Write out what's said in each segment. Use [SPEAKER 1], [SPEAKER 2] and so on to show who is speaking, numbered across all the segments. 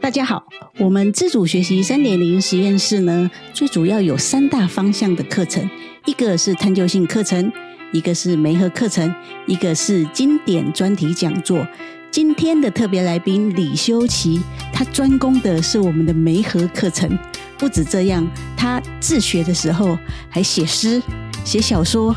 [SPEAKER 1] 大家好，我们自主学习三点零实验室呢，最主要有三大方向的课程，一个是探究性课程，一个是媒合课程，一个是经典专题讲座。今天的特别来宾李修齐，他专攻的是我们的媒合课程。不止这样，他自学的时候还写诗、写小说，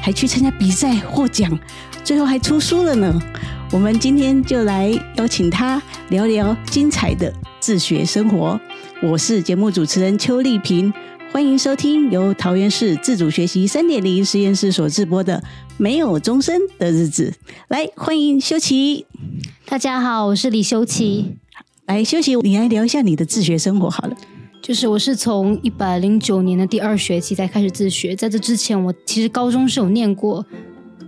[SPEAKER 1] 还去参加比赛获奖，最后还出书了呢。我们今天就来邀请他聊聊精彩的自学生活。我是节目主持人邱丽萍，欢迎收听由桃园市自主学习三点零实验室所直播的《没有钟声的日子》。来，欢迎修齐，
[SPEAKER 2] 大家好，我是李修齐，
[SPEAKER 1] 来修齐，你来聊一下你的自学生活好了。
[SPEAKER 2] 就是我是从一百零九年的第二学期才开始自学，在这之前，我其实高中是有念过，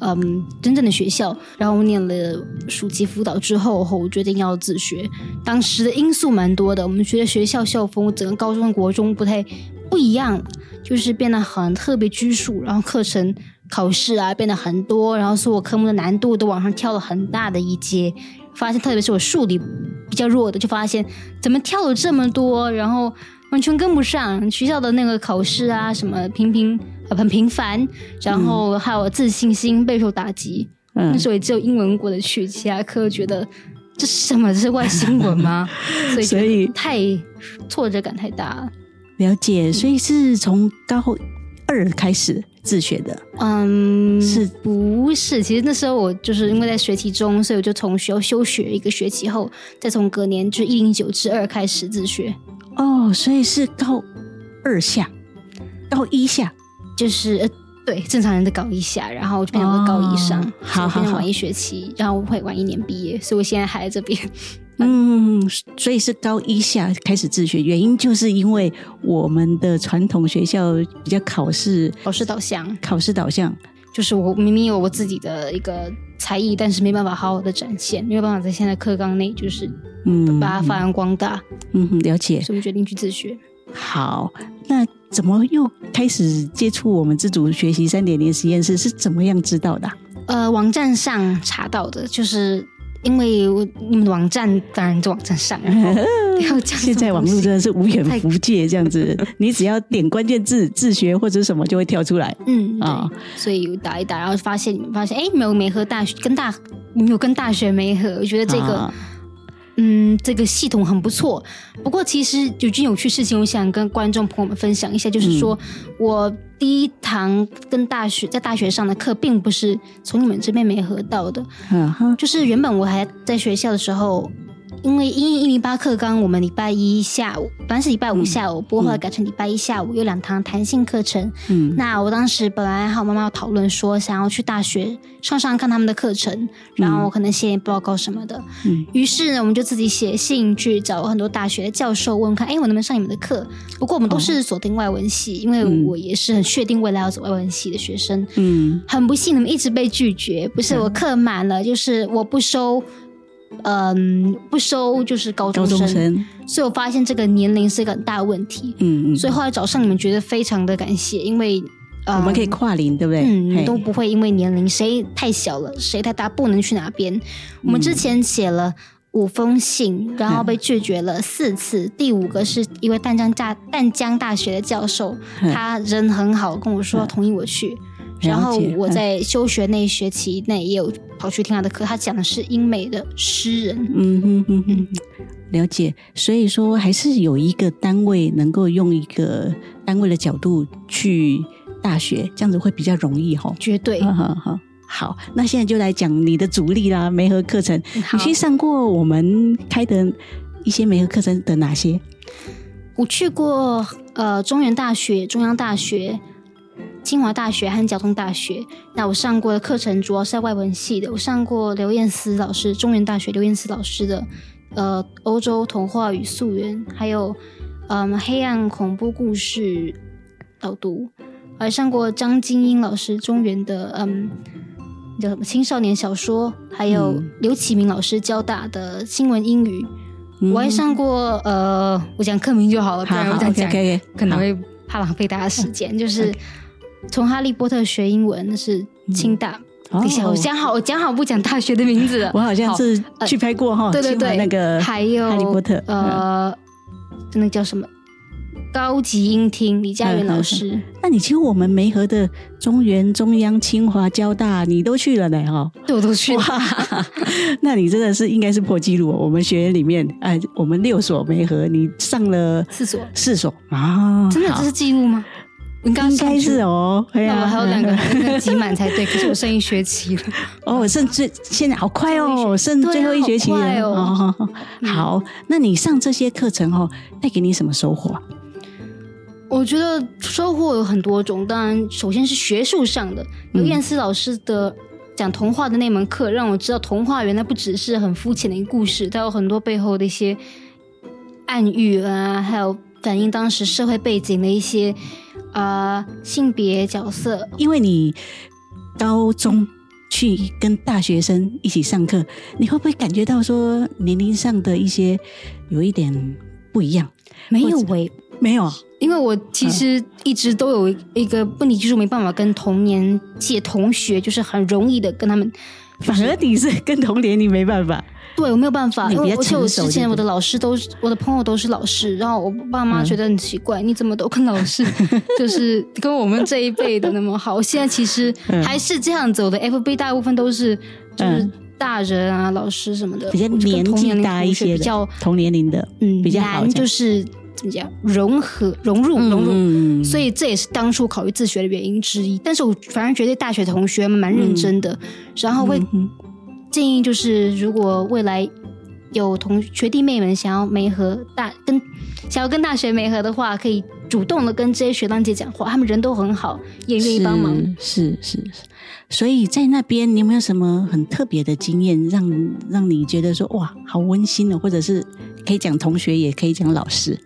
[SPEAKER 2] 嗯，真正的学校，然后我念了暑期辅导之后，后我决定要自学。当时的因素蛮多的，我们觉得学校校风整个高中、国中不太不一样，就是变得很特别拘束，然后课程。考试啊变得很多，然后所有科目的难度都往上跳了很大的一阶。发现特别是我数理比较弱的，就发现怎么跳了这么多，然后完全跟不上学校的那个考试啊，什么平平呃很平凡，然后还有自信心备受打击。
[SPEAKER 1] 嗯
[SPEAKER 2] 那，时候也只有英文过得去，其他科觉得这是什么？这是外星文吗？所以觉
[SPEAKER 1] 所
[SPEAKER 2] 得
[SPEAKER 1] 以
[SPEAKER 2] 太挫折感太大了。
[SPEAKER 1] 了解，所以是从高二开始自学的，
[SPEAKER 2] 嗯，
[SPEAKER 1] 是
[SPEAKER 2] 不是？其实那时候我就是因为在学期中，所以我就从学校休学一个学期后，再从隔年就一零九至二开始自学，
[SPEAKER 1] 哦，所以是高二下，高一下，
[SPEAKER 2] 就是、呃、对正常人的高一下，然后就变成了高一上，
[SPEAKER 1] 哦好好
[SPEAKER 2] 所以变成
[SPEAKER 1] 好
[SPEAKER 2] 晚一学期，然后会晚一年毕业，所以我现在还在这 边。
[SPEAKER 1] 嗯，所以是高一下开始自学，原因就是因为我们的传统学校比较考试
[SPEAKER 2] 考试导向
[SPEAKER 1] 考试导哦向，
[SPEAKER 2] 就是我明明有我自己的一个才艺，但是没办法好好的展现，没有办法在现在课纲内就是
[SPEAKER 1] 嗯，
[SPEAKER 2] 把它发扬光大，
[SPEAKER 1] 嗯哼，了解。
[SPEAKER 2] 所以我们决定去自学。
[SPEAKER 1] 好，那怎么又开始接触我们自主学习三点零实验室？是怎么样知道的啊、
[SPEAKER 2] 呃，网站上查到的，就是因为我你们的网站当然在网站上，啊然 后哦要讲
[SPEAKER 1] 现在网络真
[SPEAKER 2] 的，
[SPEAKER 1] 的是无远
[SPEAKER 2] 太
[SPEAKER 1] 弗届，这样 子，你只要点关键字“自学”或者什么，就会跳出来
[SPEAKER 2] 嗯
[SPEAKER 1] 啊
[SPEAKER 2] 啊，、所以我打一打，然后发现发现哎，没有没和大学跟大没有跟大学没合，我觉得这个、
[SPEAKER 1] 啊
[SPEAKER 2] 嗯这个系统很不错。不过其实有件有趣事情，我想跟观众朋友们分享一下，就是说、我第一堂跟大学在大学上的课，并不是从你们这边没合到的，
[SPEAKER 1] 嗯哼，
[SPEAKER 2] 就是原本我还在学校的时候，因为因一零八课纲，我们礼拜一下午本来是礼拜五下午播，后来改成礼拜一下午有两堂弹性课程。
[SPEAKER 1] 嗯
[SPEAKER 2] 那我当时本来和我妈妈讨论说，想要去大学上上看他们的课程，然后可能写点报告什么的。
[SPEAKER 1] 嗯
[SPEAKER 2] 于是呢，我们就自己写信去找很多大学的教授问问看，哎，我能不能上你们的课？不过我们都是锁定外文系，因为
[SPEAKER 1] 嗯
[SPEAKER 2] 我也是很确定未来要走外文系的学生。
[SPEAKER 1] 嗯
[SPEAKER 2] 很不幸，你们一直被拒绝。不是我课满了，就是我不收，嗯，不收就是高
[SPEAKER 1] 高
[SPEAKER 2] 中生。
[SPEAKER 1] 中生，
[SPEAKER 2] 所以我发现这个年龄是个很大的问题。
[SPEAKER 1] 嗯嗯，
[SPEAKER 2] 所以后来找上你们，觉得非常的感谢，因为、呃、
[SPEAKER 1] 我们可以跨龄，对不对？
[SPEAKER 2] 嗯，
[SPEAKER 1] 嘿
[SPEAKER 2] 你都不会因为年龄谁太小了，谁太大不能去哪边。我们之前写了五封信，然后被拒绝了四次。第五个是一位淡江大淡江大学的教授，
[SPEAKER 1] 嗯
[SPEAKER 2] 他人很好，跟我说同意我去。
[SPEAKER 1] 解
[SPEAKER 2] 然后我
[SPEAKER 1] 嗯
[SPEAKER 2] 在休学那一学期内也有跑去听他的课，他讲的是英美的诗人。
[SPEAKER 1] 嗯哼哼哼，了解。所以说，还是有一个单位能够用一个单位的角度去大学，这样子会比较容易哈。
[SPEAKER 2] 绝对，
[SPEAKER 1] 呵呵呵好，那现在就来讲你的主力啦，媒合课程。
[SPEAKER 2] 好
[SPEAKER 1] 你去上过我们开的一些媒合课程的哪些？
[SPEAKER 2] 我去过呃中原大学、中央大学、清华大学和交通大学。那我上过的课程主要是在外文系的，我上过刘燕思老师，中原大学刘燕思老师的呃欧洲童话与溯源，还有嗯黑暗恐怖故事导读，还上过张金英老师中原的嗯。叫什么青少年小说，还有
[SPEAKER 1] 嗯
[SPEAKER 2] 刘启明老师交大的新闻英语，
[SPEAKER 1] 嗯
[SPEAKER 2] 我还上过呃，我讲课名就好了，不
[SPEAKER 1] 好
[SPEAKER 2] 然
[SPEAKER 1] 好
[SPEAKER 2] 我讲讲
[SPEAKER 1] ，OK，OK，
[SPEAKER 2] 可能
[SPEAKER 1] 好
[SPEAKER 2] 会怕浪费大家时间。就是从《哈利波特》学英文那是清大，等一下，我讲好，我讲好不讲大学的名字
[SPEAKER 1] 嗯
[SPEAKER 2] 了。
[SPEAKER 1] 哦我好像是去拍过哈，
[SPEAKER 2] 对对
[SPEAKER 1] 清华
[SPEAKER 2] 对，
[SPEAKER 1] 那个
[SPEAKER 2] 还有
[SPEAKER 1] 哈利波特，嗯，
[SPEAKER 2] 呃，那个叫什么高级音听，李佳
[SPEAKER 1] 嗯
[SPEAKER 2] 媛老
[SPEAKER 1] 嗯
[SPEAKER 2] 师。
[SPEAKER 1] 那你去我们梅河的中原、中央、清华、交大，你都去了呢哈、
[SPEAKER 2] 对，我都去了。
[SPEAKER 1] 哇， 那你真的是应该是破纪录哦！我们学院里面，哎，我们六所梅和，你上了
[SPEAKER 2] 四所
[SPEAKER 1] 四所啊，
[SPEAKER 2] 真的这
[SPEAKER 1] 好
[SPEAKER 2] 是记录吗？我刚
[SPEAKER 1] 应
[SPEAKER 2] 上
[SPEAKER 1] 该
[SPEAKER 2] 去
[SPEAKER 1] 是。哦。对
[SPEAKER 2] 那
[SPEAKER 1] 啊
[SPEAKER 2] 我还有两个还没有挤满才对，可是我剩一学期了。
[SPEAKER 1] 哦，我剩最现在好快
[SPEAKER 2] 最后
[SPEAKER 1] 哦，
[SPEAKER 2] 一学
[SPEAKER 1] 剩最后一学期了、
[SPEAKER 2] 对啊好
[SPEAKER 1] 哦。 好，那你上这些课程哦，带给你什么收获啊？
[SPEAKER 2] 我觉得收获有很多种，当然首先是学术上的，有燕思老师的讲童话的那门课，让我知道童话原来不只是很肤浅的一个故事，它有很多背后的一些暗喻啊，还有反映当时社会背景的一些啊、呃性别角色。
[SPEAKER 1] 因为你高中去跟大学生一起上课，你会不会感觉到说年龄上的一些有一点不一样？
[SPEAKER 2] 没有
[SPEAKER 1] 有
[SPEAKER 2] 为，
[SPEAKER 1] 没有啊，
[SPEAKER 2] 因为我其实一直都有一个问题，就是我没办法跟同年届同学，就是很容易的跟他们
[SPEAKER 1] 反而你是跟同年龄没办法。
[SPEAKER 2] 对我没有办法，
[SPEAKER 1] 你
[SPEAKER 2] 因
[SPEAKER 1] 比
[SPEAKER 2] 为
[SPEAKER 1] 较
[SPEAKER 2] 而且我
[SPEAKER 1] 成熟
[SPEAKER 2] 之
[SPEAKER 1] 对
[SPEAKER 2] 前
[SPEAKER 1] 不
[SPEAKER 2] 我的
[SPEAKER 1] 对嗯
[SPEAKER 2] 老师都是我的朋友都是老师，然后我爸妈觉得很奇怪，你怎么都跟老 师就是跟我们这一辈的那么好？现在其实
[SPEAKER 1] 嗯
[SPEAKER 2] 还是这样走的，FB 大部分都是就是
[SPEAKER 1] 嗯
[SPEAKER 2] 大人啊、老师什么的，
[SPEAKER 1] 比较
[SPEAKER 2] 我就跟
[SPEAKER 1] 年
[SPEAKER 2] 同
[SPEAKER 1] 纪
[SPEAKER 2] 龄
[SPEAKER 1] 大
[SPEAKER 2] 同
[SPEAKER 1] 一
[SPEAKER 2] 学
[SPEAKER 1] 些的，
[SPEAKER 2] 比较
[SPEAKER 1] 同年龄的，
[SPEAKER 2] 嗯
[SPEAKER 1] 比较好
[SPEAKER 2] 难
[SPEAKER 1] 这样
[SPEAKER 2] 就是怎么讲融合融入融入。
[SPEAKER 1] 嗯
[SPEAKER 2] 所以这也是当初考虑自学的原因之一，但是我反而觉得大学同学们蛮认真的，然后会
[SPEAKER 1] 嗯
[SPEAKER 2] 建议就是，如果未来有同学弟妹们想要媒合大跟想要跟大学媒合的话，可以主动的跟这些学长姐讲话，他们人都很好，也愿意帮忙。
[SPEAKER 1] 是是是。所以在那边，你有没有什么很特别的经验，让让你觉得说哇，好温馨哦？或者是可以讲同学，也可以讲老师。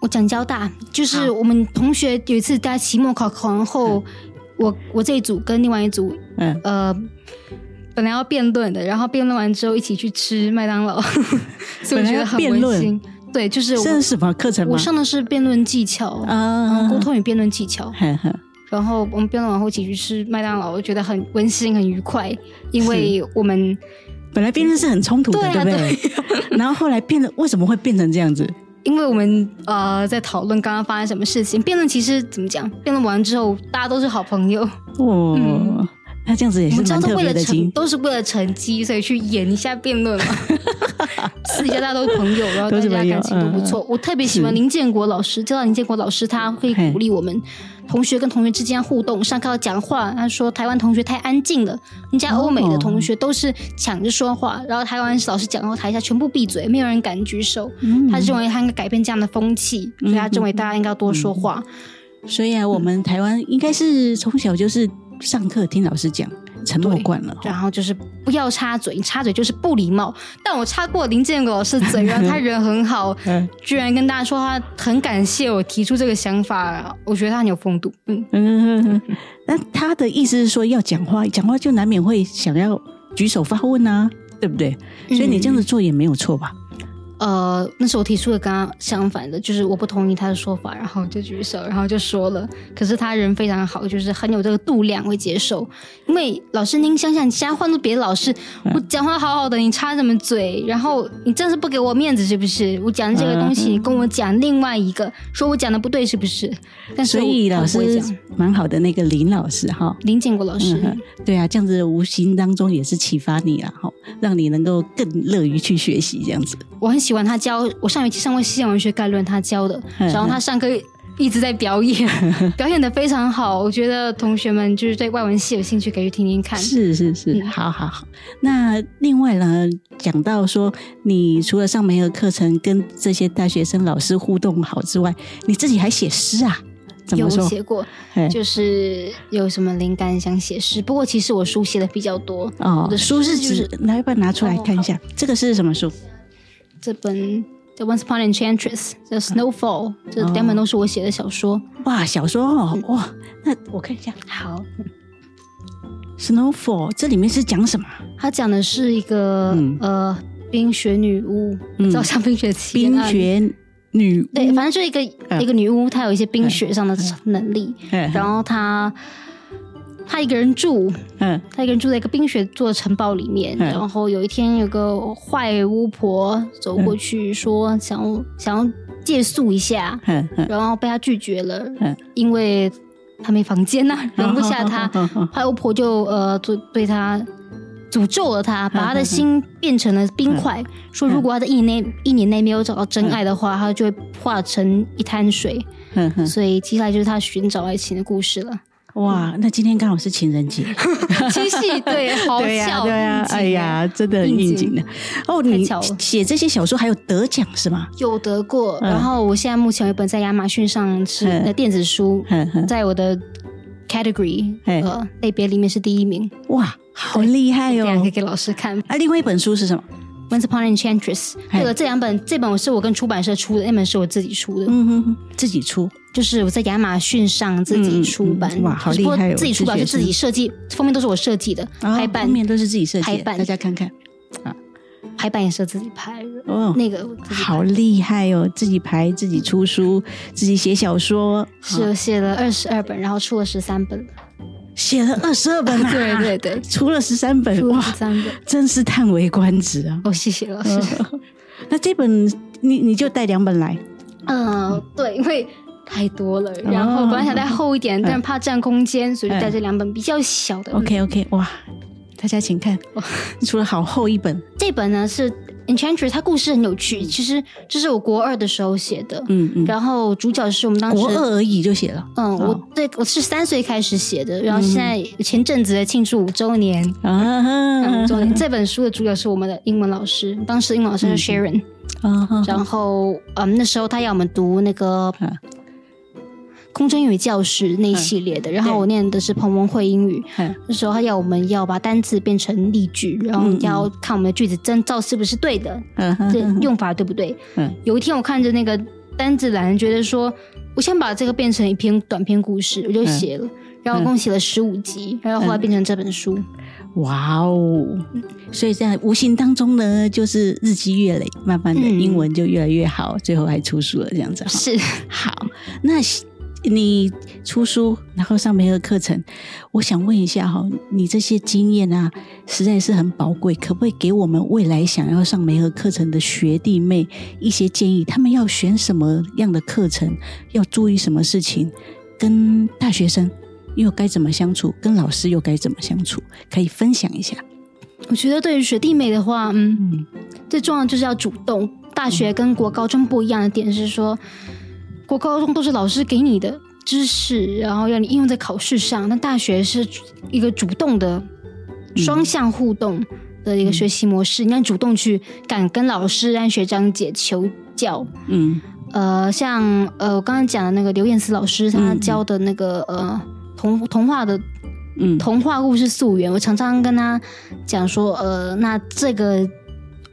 [SPEAKER 2] 我讲交大，就是我们同学有一次大家期末考考完后，我我这一组跟另外一组
[SPEAKER 1] 嗯，
[SPEAKER 2] 呃，本来要辩论的，然后辩论完之后一起去吃麦当劳， 所以我觉得很
[SPEAKER 1] 本来要辩
[SPEAKER 2] 温馨
[SPEAKER 1] 论。
[SPEAKER 2] 对，就是
[SPEAKER 1] 这是
[SPEAKER 2] 我
[SPEAKER 1] 什么课程吗？
[SPEAKER 2] 我上的是辩论技巧，嗯，
[SPEAKER 1] 啊
[SPEAKER 2] 沟，通与辩论技巧。
[SPEAKER 1] 呵呵
[SPEAKER 2] 然后我们辩论完后一起去吃麦当劳，我觉得很温馨、很愉快，因为我们
[SPEAKER 1] 本来辩论是很冲突的，
[SPEAKER 2] 对啊
[SPEAKER 1] 不对？然后后来变得为什么会变成这样子？
[SPEAKER 2] 因为我们呃在讨论刚刚发生什么事情。辩论其实怎么讲？辩论完之后，大家都是好朋友，
[SPEAKER 1] 哦，
[SPEAKER 2] 嗯
[SPEAKER 1] 那这样子也
[SPEAKER 2] 我
[SPEAKER 1] 是
[SPEAKER 2] 们知道
[SPEAKER 1] 蛮
[SPEAKER 2] 是
[SPEAKER 1] 特
[SPEAKER 2] 为
[SPEAKER 1] 别
[SPEAKER 2] 了
[SPEAKER 1] 的经
[SPEAKER 2] 成，都是为了成绩，所以去演一下辩 论嘛。私底下大家都是朋友，然后大
[SPEAKER 1] 都是
[SPEAKER 2] 家
[SPEAKER 1] 朋友嗯
[SPEAKER 2] 感情都不错。我特别喜欢
[SPEAKER 1] 是
[SPEAKER 2] 林建国老师，知道林建国老师他会
[SPEAKER 1] 嘿
[SPEAKER 2] 鼓励我们同学跟同学之间互动，上课要讲话。他说台湾同学太安静了，人家欧美的同学都是抢着说话，然后台湾老师讲到台下全部闭嘴，没有人敢举手。
[SPEAKER 1] 嗯
[SPEAKER 2] 他认为他应该改变这样的风气，所以他认为大家应该要多说话。
[SPEAKER 1] 所以啊，我们台湾应该是从小就是上课听老师讲，沉默
[SPEAKER 2] 对
[SPEAKER 1] 惯了哈。
[SPEAKER 2] 然后就是不要插嘴，你插嘴就是不礼貌。但我插过林建国老师嘴，然后他人很好，
[SPEAKER 1] 嗯
[SPEAKER 2] 居然跟大家说他很感谢我提出这个想法，我觉得他很有风度。嗯，
[SPEAKER 1] 嗯，那他的意思是说要讲话，讲话就难免会想要举手发问啊，对不对？所以你这样子做也没有错吧？
[SPEAKER 2] 呃，那时候我提出了跟他相反的，就是我不同意他的说法，然后就举手，然后就说了。可是他人非常好，就是很有这个度量，会接受。因为老师，您想想，其他换做别的老师，
[SPEAKER 1] 嗯
[SPEAKER 2] 我讲话好好的，你插什么嘴？然后你真是不给我面子是不是？我讲的这个东
[SPEAKER 1] 嗯
[SPEAKER 2] 西，你跟我讲另外一个，说我讲的不对是不是？但是
[SPEAKER 1] 所以
[SPEAKER 2] 我
[SPEAKER 1] 老师
[SPEAKER 2] 我不会这样
[SPEAKER 1] 蛮好的，那个林老师哈。
[SPEAKER 2] 林建国老师，
[SPEAKER 1] 嗯，对啊，这样子无形当中也是启发你了哈，让你能够更乐于去学习这样子。
[SPEAKER 2] 我很喜欢他教我上学期上过《西洋文学概论》，他教的，
[SPEAKER 1] 嗯
[SPEAKER 2] 然后他上课一直在表演， 表演的非常好。我觉得同学们就是对外文系有兴趣，可以去听听看。
[SPEAKER 1] 是是是，
[SPEAKER 2] 嗯
[SPEAKER 1] 好好好。那另外呢，讲到说，你除了上美尔课程跟这些大学生老师互动好之外，你自己还写诗啊？怎
[SPEAKER 2] 有
[SPEAKER 1] 么说？
[SPEAKER 2] 写过，
[SPEAKER 1] 哎
[SPEAKER 2] 就是有什么灵感想写诗，不过其实我书写的比较多。
[SPEAKER 1] 哦
[SPEAKER 2] 我，的
[SPEAKER 1] 书是
[SPEAKER 2] 诗就
[SPEAKER 1] 指
[SPEAKER 2] 是
[SPEAKER 1] 来把它拿出来
[SPEAKER 2] 哦
[SPEAKER 1] 看一下，这个是什么书？
[SPEAKER 2] 这本《The Once Upon an Enchantress》叫《Snowfall》，这
[SPEAKER 1] 哦
[SPEAKER 2] 两本都是我写的小说。
[SPEAKER 1] 哇，小说
[SPEAKER 2] 嗯
[SPEAKER 1] 哦，哇，那我看一下
[SPEAKER 2] 好，
[SPEAKER 1] 《Snowfall》，这里面是讲什么？
[SPEAKER 2] 它讲的是一个、
[SPEAKER 1] 嗯
[SPEAKER 2] 呃冰雪女巫，
[SPEAKER 1] 嗯
[SPEAKER 2] 叫像冰雪奇缘
[SPEAKER 1] 冰
[SPEAKER 2] 案
[SPEAKER 1] 雪女巫，
[SPEAKER 2] 对，反正就一个、
[SPEAKER 1] 嗯
[SPEAKER 2] 一个女巫，她有一些冰雪上的能力，
[SPEAKER 1] 然
[SPEAKER 2] 然后她他一个人住，
[SPEAKER 1] 嗯
[SPEAKER 2] 他一个人住在一个冰雪做的城堡里面，
[SPEAKER 1] 嗯
[SPEAKER 2] 然后有一天有个坏巫婆走过去说想要想要借宿一下，
[SPEAKER 1] 嗯嗯，
[SPEAKER 2] 然后被他拒绝了，
[SPEAKER 1] 嗯
[SPEAKER 2] 因为他没房间呐、容不下他。
[SPEAKER 1] 嗯，嗯
[SPEAKER 2] 坏巫婆就呃对对他诅咒
[SPEAKER 1] 嗯
[SPEAKER 2] 了他，把他的心变成了冰块，说如果他在一
[SPEAKER 1] 嗯
[SPEAKER 2] 年内一年内没有找到真爱的话，他就会化成一滩水。
[SPEAKER 1] 嗯嗯
[SPEAKER 2] 所以接下来就是他寻找爱情的故事 了。
[SPEAKER 1] 嗯哇，那今天刚好是情人节，
[SPEAKER 2] 七夕对，好
[SPEAKER 1] 对呀
[SPEAKER 2] 哦笑，
[SPEAKER 1] 对呀，
[SPEAKER 2] 应景啊
[SPEAKER 1] 哎呀，真的很应景的。哦，
[SPEAKER 2] 太
[SPEAKER 1] 你
[SPEAKER 2] 巧了
[SPEAKER 1] 写这些小说还有得奖是吗？
[SPEAKER 2] 有得过。
[SPEAKER 1] 嗯
[SPEAKER 2] 然后我现在目前有一本在亚马逊上是
[SPEAKER 1] 嗯
[SPEAKER 2] 呃电子书，
[SPEAKER 1] 嗯嗯，
[SPEAKER 2] 在我的 category
[SPEAKER 1] 嗯
[SPEAKER 2] 呃类别里面是第一名，
[SPEAKER 1] 哇，好厉害
[SPEAKER 2] 这样可以
[SPEAKER 1] 哦！
[SPEAKER 2] 给老师看。
[SPEAKER 1] 啊，另外一本书是什么？
[SPEAKER 2] Once Upon an Enchantress
[SPEAKER 1] 嗯
[SPEAKER 2] 这个这两本，这本我是我跟出版社出的，那本是我自己出的，
[SPEAKER 1] 嗯哼哼，自己出。
[SPEAKER 2] 就是我在亚马逊上自己出版。
[SPEAKER 1] 嗯嗯嗯哇好
[SPEAKER 2] 就是不过
[SPEAKER 1] 厉害哦
[SPEAKER 2] 自己出版
[SPEAKER 1] 自
[SPEAKER 2] 是
[SPEAKER 1] 学生
[SPEAKER 2] 自己设计，封面都是我设计的，
[SPEAKER 1] 啊
[SPEAKER 2] 排版
[SPEAKER 1] 封面都是自己设计
[SPEAKER 2] 排
[SPEAKER 1] 的，
[SPEAKER 2] 版
[SPEAKER 1] 大家看看
[SPEAKER 2] 排版也是自己排的。
[SPEAKER 1] 哦。
[SPEAKER 2] 那个我自己
[SPEAKER 1] 好厉害哦！自己排、自己出书、自己写小说，
[SPEAKER 2] 是
[SPEAKER 1] 啊
[SPEAKER 2] 我写了二十二本，然后出了十三本。
[SPEAKER 1] 写了二十二本、啊，
[SPEAKER 2] 对对对，
[SPEAKER 1] 出了十三本，
[SPEAKER 2] 出了
[SPEAKER 1] 哇
[SPEAKER 2] 十，三本。
[SPEAKER 1] 真是叹为观止啊！
[SPEAKER 2] 哦，谢谢老师。
[SPEAKER 1] 那这本你你就带两本来，
[SPEAKER 2] 嗯，对，因为太多了，
[SPEAKER 1] 哦
[SPEAKER 2] 然后本来想带厚一
[SPEAKER 1] 嗯
[SPEAKER 2] 点，但是怕占空间，所以就带这两本比较小的。
[SPEAKER 1] OK OK，哇，大家请看，
[SPEAKER 2] 哦
[SPEAKER 1] 出了好厚一本，
[SPEAKER 2] 这本呢是《Enchantress》，它故事很有趣，其实这是我国二的时候写的，
[SPEAKER 1] 嗯嗯，
[SPEAKER 2] 然后主角是我们当时
[SPEAKER 1] 国二啊而已就写了
[SPEAKER 2] 嗯，我对我是三岁开始写的，
[SPEAKER 1] 嗯
[SPEAKER 2] 然后现在前阵子庆祝五周年，嗯，
[SPEAKER 1] 啊
[SPEAKER 2] 五周 年。这本书的主角是我们的英文老师，当时英文老
[SPEAKER 1] 嗯
[SPEAKER 2] 师是 Sharon，
[SPEAKER 1] 啊
[SPEAKER 2] 然后嗯，那时候他要我们读那个
[SPEAKER 1] 嗯
[SPEAKER 2] 空中英语教室那一系列
[SPEAKER 1] 嗯
[SPEAKER 2] 的，然后我念的是彭文慧英语。那时候他要我们要把单字变成例句，然后要看我们的句子真造是不是对的，这
[SPEAKER 1] 嗯
[SPEAKER 2] 用法对不对？
[SPEAKER 1] 嗯
[SPEAKER 2] 有一天我看着那个单字栏，觉得说我想把这个变成一篇短篇故事，我就
[SPEAKER 1] 嗯
[SPEAKER 2] 写了，然后共写了十五集，然后后来变成这本书。
[SPEAKER 1] 哇哦！所以在无形当中呢，就是日积月累，慢慢的
[SPEAKER 2] 嗯
[SPEAKER 1] 英文就越来越好，最后还出书了这样子哈。
[SPEAKER 2] 是，
[SPEAKER 1] 好，那你出书，然后上梅尔课程，我想问一下哈，你这些经验啊，实在是很宝贵，可不可以给我们未来想要上梅尔课程的学弟妹一些建议？他们要选什么样的课程，要注意什么事情，跟大学生又该怎么相处，跟老师又该怎么相处，可以分享一下。
[SPEAKER 2] 我觉得对于学弟妹的话，嗯，
[SPEAKER 1] 嗯
[SPEAKER 2] 最重要的就是要主动。大学跟国高中不一样的点是说，国高中都是老师给你的知识，然后让你应用在考试上，但大学是一个主动的双向互动的一个学习模式，你要主动去敢跟老师、让学长姐求教。
[SPEAKER 1] 嗯
[SPEAKER 2] 呃，像呃我刚刚讲的那个刘燕慈老师，他
[SPEAKER 1] 嗯嗯
[SPEAKER 2] 教的那个呃童童话的
[SPEAKER 1] 嗯
[SPEAKER 2] 童话故事溯源，我常常跟他讲说，呃，那这个，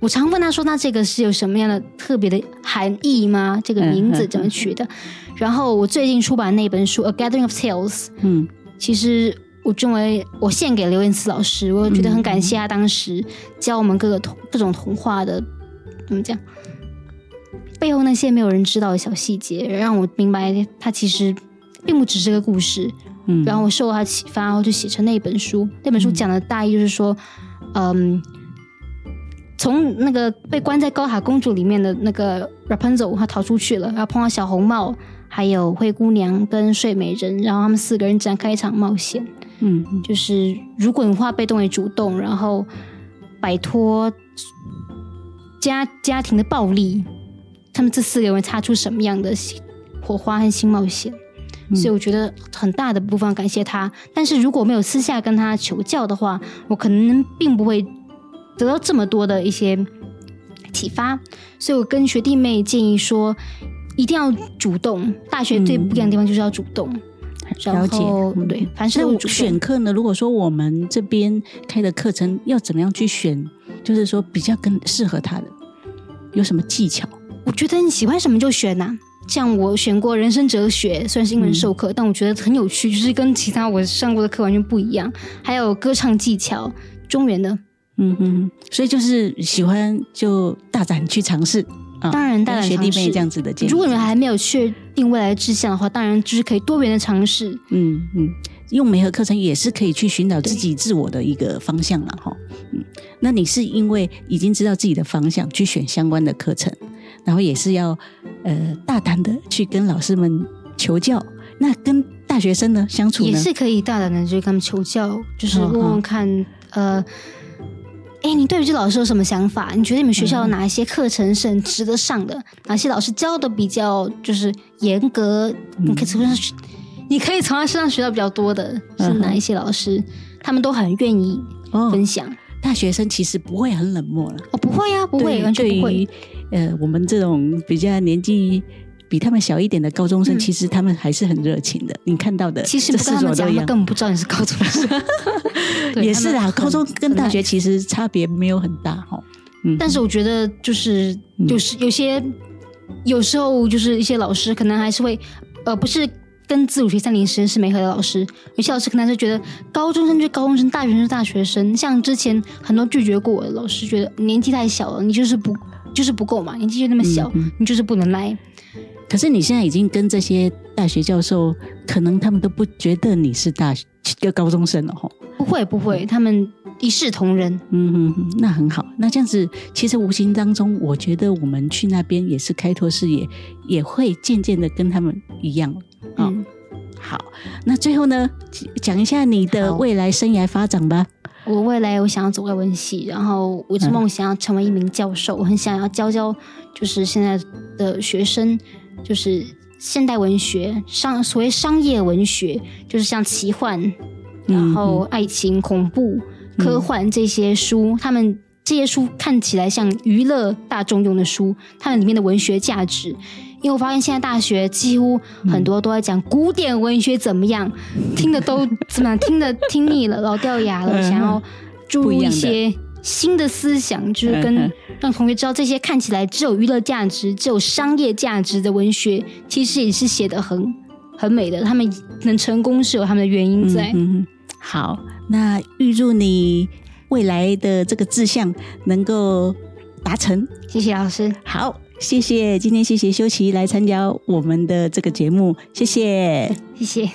[SPEAKER 2] 我常问他说，那这个是有什么样的特别的含义吗？这个名
[SPEAKER 1] 嗯
[SPEAKER 2] 字
[SPEAKER 1] 嗯
[SPEAKER 2] 怎么取的？然后我最近出版那本书《A 呃 Gathering of Tales》，
[SPEAKER 1] 嗯
[SPEAKER 2] 其实我认为我献给刘燕慈老师，我觉得很感谢他啊当时教我们各个童各种童话的怎么讲。背后那些没有人知道的小细节，让我明白他其实并不只是个故事，
[SPEAKER 1] 嗯，
[SPEAKER 2] 然后我受他启发，然后就写成那本书。那本书讲的大意就是说，嗯，从那个被关在高塔公主里面的那个 Rapunzel，她逃出去了，然后碰到小红帽，还有灰姑娘跟睡美人，然后他们四个人展开一场冒险。
[SPEAKER 1] 嗯嗯
[SPEAKER 2] 就是如果你化被动为主动，然后摆脱家家庭的暴力，他们这四个人会擦出什么样的新火花和新冒险？
[SPEAKER 1] 嗯
[SPEAKER 2] 所以我觉得很大的部分要感谢他，但是如果没有私下跟他求教的话，我可能并不会得到这么多的一些启发。所以我跟学弟妹建议说，一定要主动。大学最不一样的地方就是要主动，
[SPEAKER 1] 嗯了
[SPEAKER 2] 然
[SPEAKER 1] 解
[SPEAKER 2] 后，
[SPEAKER 1] 嗯
[SPEAKER 2] 对，凡事
[SPEAKER 1] 那
[SPEAKER 2] 都
[SPEAKER 1] 我
[SPEAKER 2] 主动。
[SPEAKER 1] 选课呢？如果说我们这边开的课程要怎么样去选，就是说比较更适合他的，有什么技巧？
[SPEAKER 2] 我觉得你喜欢什么就选呐、像我选过人生哲学，虽然是英文授课，但我觉得很有趣，就是跟其他我上过的课完全不一样。还有歌唱技巧，中原的，
[SPEAKER 1] 嗯嗯，所以就是喜欢就大胆去尝试啊，
[SPEAKER 2] 当然大
[SPEAKER 1] 跟
[SPEAKER 2] 胆
[SPEAKER 1] 学
[SPEAKER 2] 尝
[SPEAKER 1] 弟妹
[SPEAKER 2] 试
[SPEAKER 1] 这样子的建议。
[SPEAKER 2] 如果你们还没有确定未来的志向的话，当然就是可以多元的尝试。
[SPEAKER 1] 嗯嗯，用媒合课程也是可以去寻找自己自我的一个方向了哈。嗯，那你是因为已经知道自己的方向，去选相关的课程，然后也是要呃大胆的去跟老师们求教。那跟大学生呢相处呢？嗯
[SPEAKER 2] 也是可以大胆的去跟他们求教，就是问问看，呃，哎，你对于这老师有什么想法？你觉得你们学校有哪一些课程是很值得上的？哪些老师教的比较就是严格？
[SPEAKER 1] 嗯
[SPEAKER 2] 你可以从他学，你可以从他身上学到比较多的是
[SPEAKER 1] 嗯哼
[SPEAKER 2] 哪一些老师？他们都很愿意
[SPEAKER 1] 哦，
[SPEAKER 2] 分享。
[SPEAKER 1] 大学生其实不会很冷漠了，
[SPEAKER 2] 哦，不会呀、不会，
[SPEAKER 1] 对
[SPEAKER 2] 完全不
[SPEAKER 1] 对
[SPEAKER 2] 会
[SPEAKER 1] 于。呃，我们这种比较年纪比他们小一点的高中生，
[SPEAKER 2] 嗯
[SPEAKER 1] 其实他们还是很热情的。你看到的，
[SPEAKER 2] 其实
[SPEAKER 1] 这
[SPEAKER 2] 不跟
[SPEAKER 1] 四
[SPEAKER 2] 他
[SPEAKER 1] 所都
[SPEAKER 2] 们讲，
[SPEAKER 1] 一样
[SPEAKER 2] 他们。根本不知道你是高中生。 对
[SPEAKER 1] 也
[SPEAKER 2] 他
[SPEAKER 1] 是
[SPEAKER 2] 们
[SPEAKER 1] 啊，
[SPEAKER 2] 很
[SPEAKER 1] 高中跟大学
[SPEAKER 2] 很
[SPEAKER 1] 其实差别没有很大哈。嗯，
[SPEAKER 2] 但是我觉得就是
[SPEAKER 1] 嗯
[SPEAKER 2] 就是有些有时候就是一些老师可能还是会，呃，不是跟自主学三零实验室没合的老师，有些老师可能还是觉得高中生就是高中生，大学生是大学生。像之前很多拒绝过我的老师，觉得年纪太小了，你就是不就是不够嘛，年纪就那么小，
[SPEAKER 1] 嗯嗯
[SPEAKER 2] 你就是不能来。
[SPEAKER 1] 可是你现在已经跟这些大学教授，可能他们都不觉得你是大学一个高中生了哈。
[SPEAKER 2] 不会不会，他们一视同仁。
[SPEAKER 1] 嗯哼哼，那很好。那这样子，其实无形当中，我觉得我们去那边也是开拓视野，也会渐渐的跟他们一样。哦
[SPEAKER 2] 嗯，
[SPEAKER 1] 好，那最后呢，讲一下你的
[SPEAKER 2] 好
[SPEAKER 1] 未来生涯发展吧。
[SPEAKER 2] 我未来我想要走外文系，然后我一直
[SPEAKER 1] 嗯
[SPEAKER 2] 梦想要成为一名教授，我很想要教教就是现在的学生，就是现代文学、商所谓商业文学，就是像奇幻、
[SPEAKER 1] 嗯
[SPEAKER 2] 然后爱情、恐怖、科幻这些书，他们。这些书看起来像娱乐大众用的书，它们里面的文学价值，因为我发现现在大学几乎很多都在讲古典文学怎么样，听 的都怎么样，听的听腻了，老掉牙了，
[SPEAKER 1] 嗯
[SPEAKER 2] 想要注
[SPEAKER 1] 不
[SPEAKER 2] 入
[SPEAKER 1] 一
[SPEAKER 2] 一
[SPEAKER 1] 样的
[SPEAKER 2] 些新的思想，就是
[SPEAKER 1] 嗯
[SPEAKER 2] 跟
[SPEAKER 1] 哼
[SPEAKER 2] 让同学知道这些看起来只有娱乐价值、只有商业价值的文学，其实也是写的很很美的。他们能成功是有他们的原因在。
[SPEAKER 1] 嗯哼，好，那预祝你未来的这个志向能够达成。
[SPEAKER 2] 谢谢老师，
[SPEAKER 1] 好，谢谢今天谢谢修琪来参加我们的这个节目，谢谢。
[SPEAKER 2] 谢谢。